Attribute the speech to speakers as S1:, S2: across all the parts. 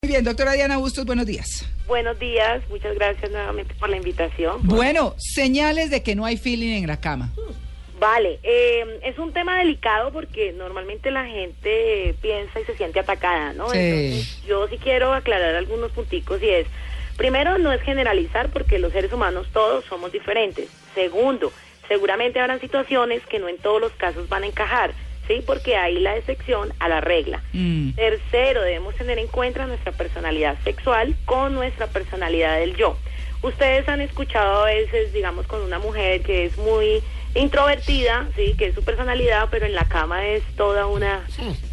S1: bien, doctora Diana Bustos, buenos días.
S2: Buenos días, muchas gracias nuevamente por la invitación.
S1: Bueno, señales de que no hay feeling en la cama.
S2: Vale, eh, es un tema delicado porque normalmente la gente piensa y se siente atacada, ¿no?
S1: Sí.
S2: Entonces, yo sí quiero aclarar algunos punticos y es, primero, no es generalizar porque los seres humanos todos somos diferentes. Segundo, seguramente habrán situaciones que no en todos los casos van a encajar, ¿sí? Porque hay la excepción a la regla.
S1: Mm.
S2: Tercero, debemos tener en cuenta nuestra personalidad sexual con nuestra personalidad del yo. Ustedes han escuchado a veces, digamos, con una mujer que es muy introvertida, sí, que es su personalidad, pero en la cama es toda una,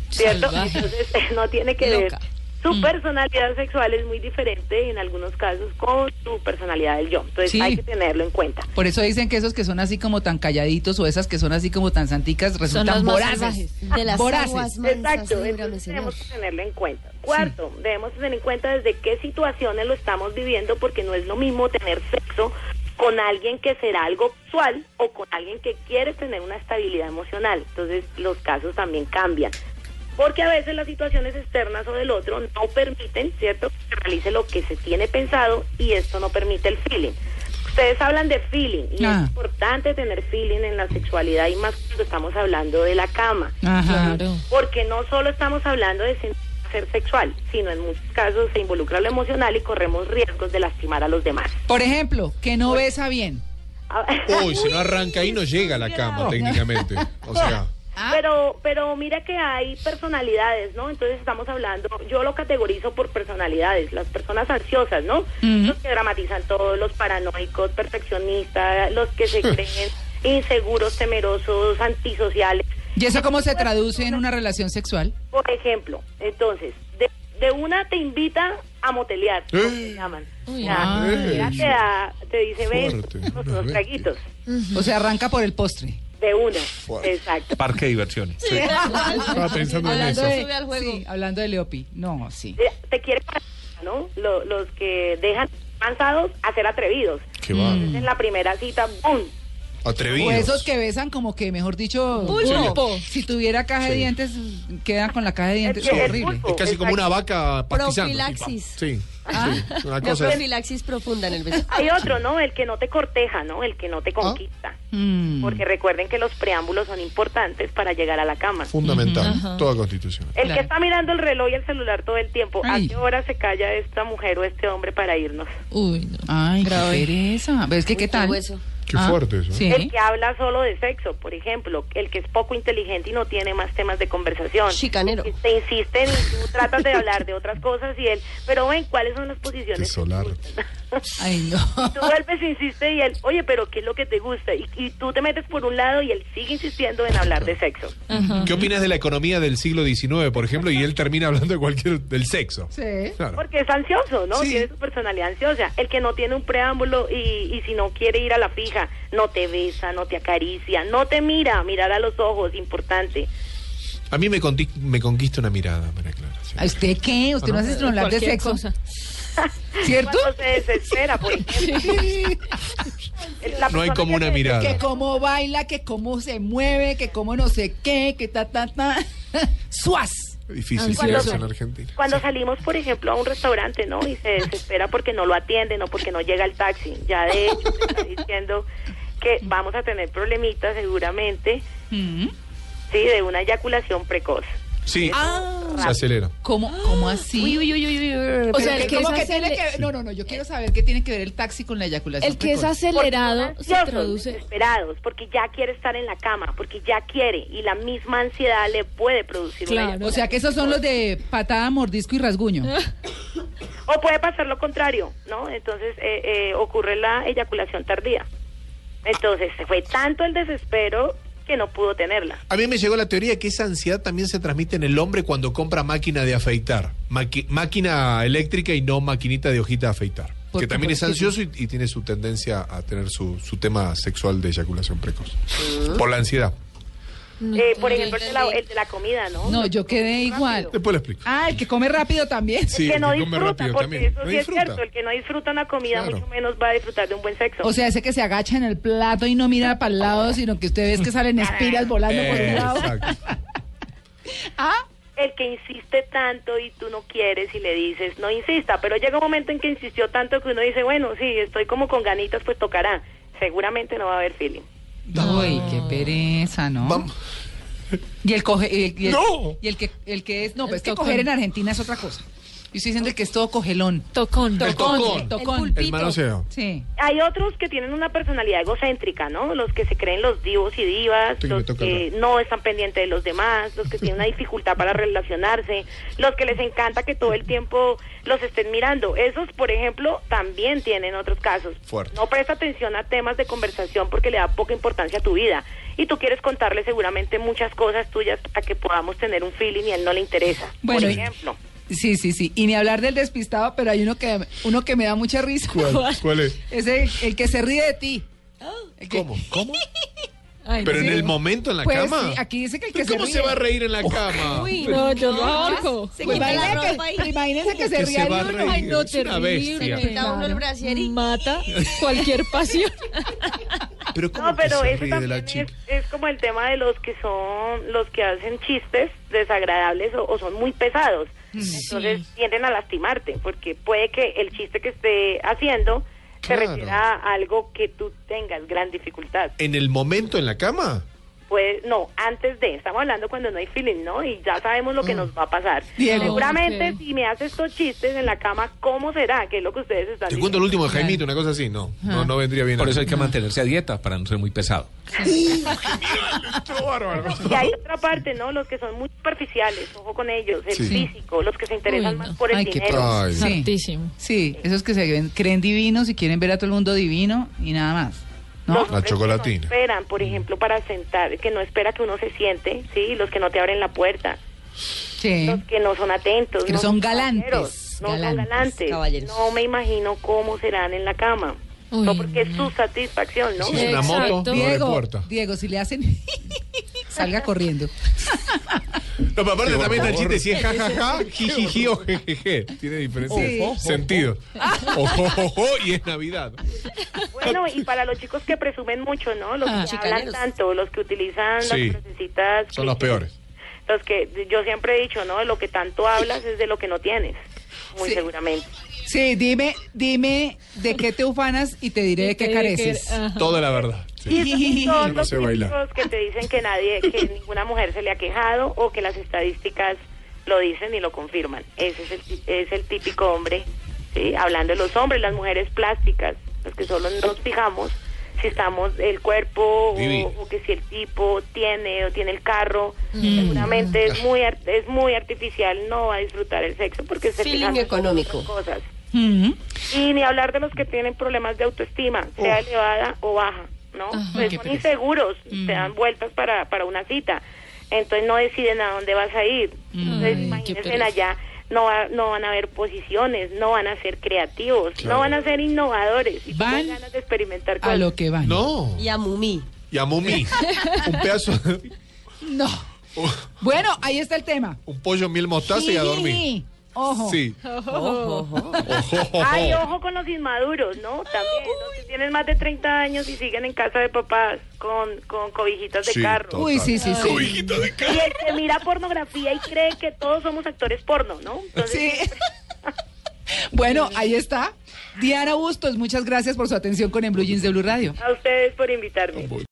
S2: ¿cierto?
S3: salvaje.
S2: Entonces no tiene que ver.
S3: Loca.
S1: Mm.
S2: Su personalidad sexual es muy diferente en algunos casos con su personalidad del yo. Entonces
S1: Sí.
S2: hay que tenerlo en cuenta.
S1: Por eso dicen que esos que son así como tan calladitos o esas que son así como tan santicas
S3: Son
S1: resultan
S3: las más
S1: voraces.
S3: salvajes. De las
S1: voraces.
S3: aguas mansas,
S2: Exacto,
S3: líbrame,
S2: entonces
S3: Señor.
S2: tenemos que tenerlo en cuenta. Cuarto, debemos tener en cuenta desde qué situaciones lo estamos viviendo, porque no es lo mismo tener sexo con alguien que será algo sexual o con alguien que quiere tener una estabilidad emocional. Entonces, los casos también cambian. Porque a veces las situaciones externas o del otro no permiten, ¿cierto?, que se realice lo que se tiene pensado y esto no permite el feeling. Ustedes hablan de feeling y
S1: Ah.
S2: es importante tener feeling en la sexualidad y más cuando estamos hablando de la cama.
S3: Ah.
S1: Ajá.
S3: Claro.
S2: Porque no solo estamos hablando de sen- ser sexual, sino en muchos casos se involucra lo emocional y corremos riesgos de lastimar a los demás.
S1: Por ejemplo, que no besa bien.
S2: Ah,
S4: Uy, si no arranca ahí no llega a la cama técnicamente. O
S1: Ah.
S4: sea,
S2: Ah, Pero, pero mira que hay personalidades, ¿no? Entonces estamos hablando, yo lo categorizo por personalidades, las personas ansiosas, ¿no? Los que dramatizan todos, los paranoicos, perfeccionistas, los que se creen inseguros, temerosos, antisociales.
S1: ¿Y eso cómo se traduce en una relación sexual?
S2: Por ejemplo, entonces, de, de una te invita a
S4: ¡Eh!
S2: motelear, como se llaman.
S3: Uy,
S2: O sea,
S1: ay,
S2: mira, te, da- te dice, ven,
S4: Fuerte,
S2: unos,
S4: una
S2: unos
S4: vez.
S2: traguitos.
S1: O sea, arranca por el postre.
S2: De una,
S4: Fuerte.
S2: exacto.
S5: Parque de diversiones.
S4: estaba pensando en
S3: Hablando
S4: eso.
S3: de- Sube al juego.
S1: Sí, hablando de Leopi. No, sí.
S2: Eh, Te quiere para, ¿no? Lo- los que dejan cansados a ser atrevidos.
S4: Qué va.
S2: Entonces, en la primera cita, ¡boom!
S1: O
S4: Atrevidos.
S1: esos Pues que besan como que, mejor dicho,
S3: Pulpo.
S1: pulpo. Si tuviera caja de
S4: Sí.
S1: dientes, quedan con la caja de dientes.
S2: que el
S1: horrible.
S2: pulpo-
S4: Es casi como
S2: Exacto.
S4: una vaca pastizando.
S3: Profilaxis.
S4: Sí, sí, una
S3: Una
S4: cosa.
S3: profilaxis profunda en el beso.
S2: Hay otro, ¿no? El que no te corteja, ¿no? El que no
S4: Ah.
S2: te conquista.
S1: Mm.
S2: Porque recuerden que los preámbulos son importantes para llegar a la cama.
S4: Fundamental, toda constitución. Este
S2: El
S1: Claro.
S2: que está mirando el reloj y el celular todo el tiempo,
S1: Ay.
S2: ¿a qué hora se calla esta mujer o este hombre para irnos?
S3: Uy, no.
S1: Ay,
S3: Grave.
S1: qué pereza. Pero es que, ¿qué
S3: Uy,
S1: tal?
S3: hueso.
S4: Qué
S1: Ah,
S4: fuerte eso. ¿eh?
S1: Sí.
S2: El que habla solo de sexo, por ejemplo, el que es poco inteligente y no tiene más temas de conversación.
S3: Chicanero.
S2: El que te insisten y tú tratas de hablar de otras cosas y él, pero ven, ¿cuáles son las posiciones?
S4: De solar.
S1: Ay, no.
S2: Tú vuelves, e insiste y él, oye, pero ¿qué es lo que te gusta? Y, y tú te metes por un lado y él sigue insistiendo en hablar de sexo.
S4: ¿Qué opinas de la economía del siglo XIX, por ejemplo? Y él termina hablando de cualquier del sexo.
S1: Sí.
S4: Claro.
S2: Porque es ansioso, ¿no?
S4: Sí.
S2: Tiene su personalidad ansiosa. El que no tiene un preámbulo y, y si no quiere ir a la fija, no te besa, no te acaricia, no te mira, mirar a los ojos, importante.
S4: A mí me, conti- me conquista una mirada, María Clara. sí.
S1: ¿A usted qué?
S4: Ah,
S1: ¿Usted no hace
S4: eh,
S1: sino hablar de
S3: Cualquier
S1: sexo?
S3: cosa.
S1: ¿Cierto?
S2: Cuando se desespera, por ejemplo. La
S4: No hay
S2: persona
S4: como
S2: que
S4: una
S2: se-
S4: mirada.
S1: Que cómo baila, que cómo se mueve, que cómo no sé qué, que ta, ta, ta. ¡Suaz!
S4: Difícil
S3: Cuando-
S4: eso en Argentina.
S2: Cuando salimos, por ejemplo, a un restaurante, ¿no? Y se desespera porque no lo atienden o porque no llega el taxi. Ya de hecho, se está diciendo que vamos a tener problemitas seguramente,
S1: Mm.
S2: sí, de una eyaculación precoz.
S4: Sí,
S1: Ah.
S4: se acelera.
S1: ¿Cómo, cómo así?
S3: Uy, uy, uy, uy, uy, uy.
S1: O
S6: Pero
S1: sea,
S6: el
S1: que
S6: que
S1: como
S6: es
S1: que tiene
S6: acele-
S1: que ver- No, no, no, yo quiero saber qué tiene que ver el taxi con la eyaculación.
S6: El que es
S1: precoz.
S6: acelerado
S2: Porque
S6: se
S2: son ansiosos,
S6: traduce.
S2: desesperados, porque ya quiere estar en la cama, porque ya quiere y la misma ansiedad le puede producir una
S6: Claro.
S1: O
S2: eyaculación.
S1: sea, que esos son los de patada, mordisco y rasguño.
S2: O puede pasar lo contrario, ¿no? Entonces eh, eh, ocurre la eyaculación tardía. Entonces se fue tanto el desespero que no pudo tenerla.
S4: A mí me llegó la teoría que esa ansiedad también se transmite en el hombre cuando compra máquina de afeitar. Maqui- máquina eléctrica y no maquinita de hojita de afeitar.
S1: ¿Por qué?
S4: Que también
S1: ¿Por
S4: es
S1: qué?
S4: ansioso y, y tiene su tendencia a tener su, su tema sexual de eyaculación precoz.
S1: Ah.
S4: Por la ansiedad.
S2: Eh, por ejemplo, el de, la, el de la comida, ¿no?
S1: No, yo quedé igual.
S4: Después lo explico.
S1: Ah, el que come rápido también.
S4: Sí,
S2: el que no
S4: el que come
S2: disfruta,
S4: rápido
S2: porque
S4: también.
S2: eso
S4: No
S2: sí
S4: disfruta.
S2: es cierto, el que no disfruta una comida
S4: Claro.
S2: mucho menos va a disfrutar de un buen sexo.
S1: O sea, ese que se agacha en el plato y no mira para el
S4: Eh,
S1: Ah. lado, sino que usted ves que salen espiras volando por un lado.
S4: Exacto.
S1: Ah,
S2: el que insiste tanto y tú no quieres y le dices, no insista, pero llega un momento en que insistió tanto que uno dice, bueno, sí, estoy como con ganitas, pues tocará. Seguramente no va a haber feeling.
S1: Ay, qué pereza, ¿no?
S4: Vamos.
S1: Y el coge, eh, y el, y el-
S4: ¡No!
S1: y el que el que es, no,
S3: El
S1: pues que
S3: tocón.
S1: coger en Argentina es otra cosa. Yo estoy diciendo el que es todo cogelón.
S3: Tocón.
S4: El tocón.
S1: El tocón.
S3: pulpito.
S4: El manoseo.
S1: Sí.
S2: Hay otros que tienen una personalidad egocéntrica, ¿no? Los que se creen los divos y divas,
S4: Sí, me
S2: los
S4: toca
S2: que
S4: hablar.
S2: no están pendientes de los demás, los que tienen una dificultad para relacionarse, los que les encanta que todo el tiempo los estén mirando. Esos, por ejemplo, también tienen otros casos.
S4: Fuerte.
S2: No presta atención a temas de conversación porque le da poca importancia a tu vida. Y tú quieres contarle seguramente muchas cosas tuyas para que podamos tener un feeling y a él no le interesa.
S1: Bueno,
S2: por
S1: y-
S2: ejemplo.
S1: Sí, sí, sí. Y ni hablar del despistado, pero hay uno que uno que me da mucha risa.
S4: ¿Cuál? ¿Cuál es?
S1: Es el, el que se ríe de ti.
S3: Oh.
S1: El que-
S4: ¿Cómo? ¿Cómo?
S3: Ay,
S4: Pero
S3: no
S4: en
S3: sé.
S4: el momento, en la
S1: Pues
S4: cama.
S1: sí, aquí dice que el que se
S4: ¿Cómo
S1: ríe.
S4: se va a reír en la cama?
S3: Uy, no, yo lo ahorco.
S5: Se
S1: Pues
S5: quita la
S1: imagínese
S5: ropa
S1: que,
S5: y
S1: imagínese que se
S4: que
S1: ría
S4: se va a
S1: de uno.
S4: reír.
S1: Ay, no,
S4: Es una
S3: terrible.
S4: bestia.
S5: quita uno el
S1: Claro.
S5: brasier y
S3: Mata cualquier pasión.
S4: Pero ¿cómo
S2: No, pero
S4: que Ah, pues se
S2: eso
S4: ríe de
S2: también
S4: la
S2: es,
S4: chica?
S2: es como el tema de los que son, los que hacen chistes desagradables o, o son muy pesados.
S4: Mm.
S2: Entonces tienden a lastimarte, porque puede que el chiste que esté haciendo se
S4: Claro.
S2: refiera a algo que tú tengas gran dificultad.
S4: ¿En el momento, en la cama?
S2: Pues no, antes de, estamos hablando cuando no hay feeling, ¿no? Y ya sabemos lo que nos va a pasar.
S1: Diego.
S2: Seguramente
S3: Ok.
S2: si me haces estos chistes en la cama, ¿cómo será? Que es lo que ustedes están
S4: Te cuento
S2: diciendo.
S4: el último de Jaimito, una cosa así. No, no, no vendría bien.
S6: Por
S4: acá.
S6: eso hay que mantenerse a dieta para no ser muy pesado.
S4: Estuvo bárbaro.
S2: Y hay otra parte, ¿no? Los que son muy superficiales, ojo con ellos, el
S4: Sí.
S2: físico, los que se interesan
S3: Uy, no.
S2: más por el
S1: Ay, qué
S2: dinero.
S4: Ay,
S1: Sí.
S3: Hartísimo.
S1: Sí, esos que se ven- creen divinos y quieren ver a todo el mundo divino y nada más. ¿No?
S2: Los
S4: La
S2: hombres que
S4: chocolatina.
S2: no esperan, por ejemplo, para sentar, que no espera que uno se siente, ¿sí? Los que no te abren la puerta,
S1: Sí.
S2: los que no son atentos.
S1: Que son galantes,
S2: caballeros, No son
S1: galantes,
S2: galantes.
S5: caballeros.
S2: No me imagino cómo serán en la cama.
S3: Uy,
S2: no, porque es
S3: no.
S2: su satisfacción, ¿no?
S4: Si es una
S3: Exacto.
S4: moto, no le
S1: Diego,
S4: importa.
S1: Diego, si le hacen salga corriendo.
S4: No, pero aparte
S6: Por
S4: también el
S6: favor.
S4: chiste, si es jajaja, jijiji o jejeje. Tiene
S1: Sí.
S4: diferentes sentidos. Ojo, ojo, y es Navidad.
S2: Bueno, y para los chicos que presumen mucho, ¿no? Los
S1: Ah.
S2: que hablan
S5: Chicaneros.
S2: tanto, los que utilizan
S4: Sí.
S2: las frasecitas.
S4: Son los
S2: clichés.
S4: peores.
S2: Los que yo siempre he dicho, ¿no? De lo que tanto hablas es de lo que no tienes, muy
S1: Sí.
S2: seguramente.
S1: Sí, dime, dime de qué te ufanas y te diré de qué Ah. careces.
S4: Toda la verdad.
S2: Y esos sí
S4: Yo
S2: son
S4: no
S2: los
S4: sé bailar.
S2: típicos que te dicen que nadie, que ninguna mujer se le ha quejado o que las estadísticas lo dicen y lo confirman. Ese es el, ti- es el típico hombre, ¿sí? hablando de los hombres, las mujeres plásticas, los que solo nos fijamos si estamos el cuerpo
S4: Divino.
S2: o, o que si el tipo tiene o tiene el carro. Seguramente es muy ar- es muy artificial, no va a disfrutar el sexo porque se
S5: Feeling
S2: fijan en
S5: económico.
S2: otras cosas.
S1: Ujú.
S2: Y ni hablar de los que tienen problemas de autoestima, sea elevada o baja, ¿no?
S3: Ajá,
S2: Pues
S3: qué
S2: son
S3: pereza. Mm.
S2: inseguros, se dan vueltas para, para una cita. Entonces no deciden a dónde vas a ir. Entonces
S3: Mm. Ay, qué
S2: imagínense
S3: pereza.
S2: allá, no, va- no van a haber posiciones, no van a ser creativos, no van a ser innovadores. Y
S1: Van
S2: tienen ganas de experimentar
S1: A
S2: cosas.
S1: lo que van.
S4: No.
S5: y a Mumi.
S4: Y a Mumi. Un pedazo,
S1: No. Bueno, ahí está el tema.
S4: un pollo mil mostaza y a dormir.
S1: Ojo.
S4: Sí. Ojo, ojo.
S2: Ay, ojo con los inmaduros, ¿no? También, los que tienen más de 30 años y siguen en casa de papás con, con cobijitas de
S4: Sí,
S2: carro.
S4: to-
S1: Uy, sí, sí, sí.
S4: Cobijita de
S2: Y el que mira pornografía y cree que todos somos actores porno, ¿no? Entonces,
S1: Sí. Bueno, ahí está. Diana Bustos, muchas gracias por su atención con En Blue Jeans de Blue Radio.
S2: a ustedes por invitarme.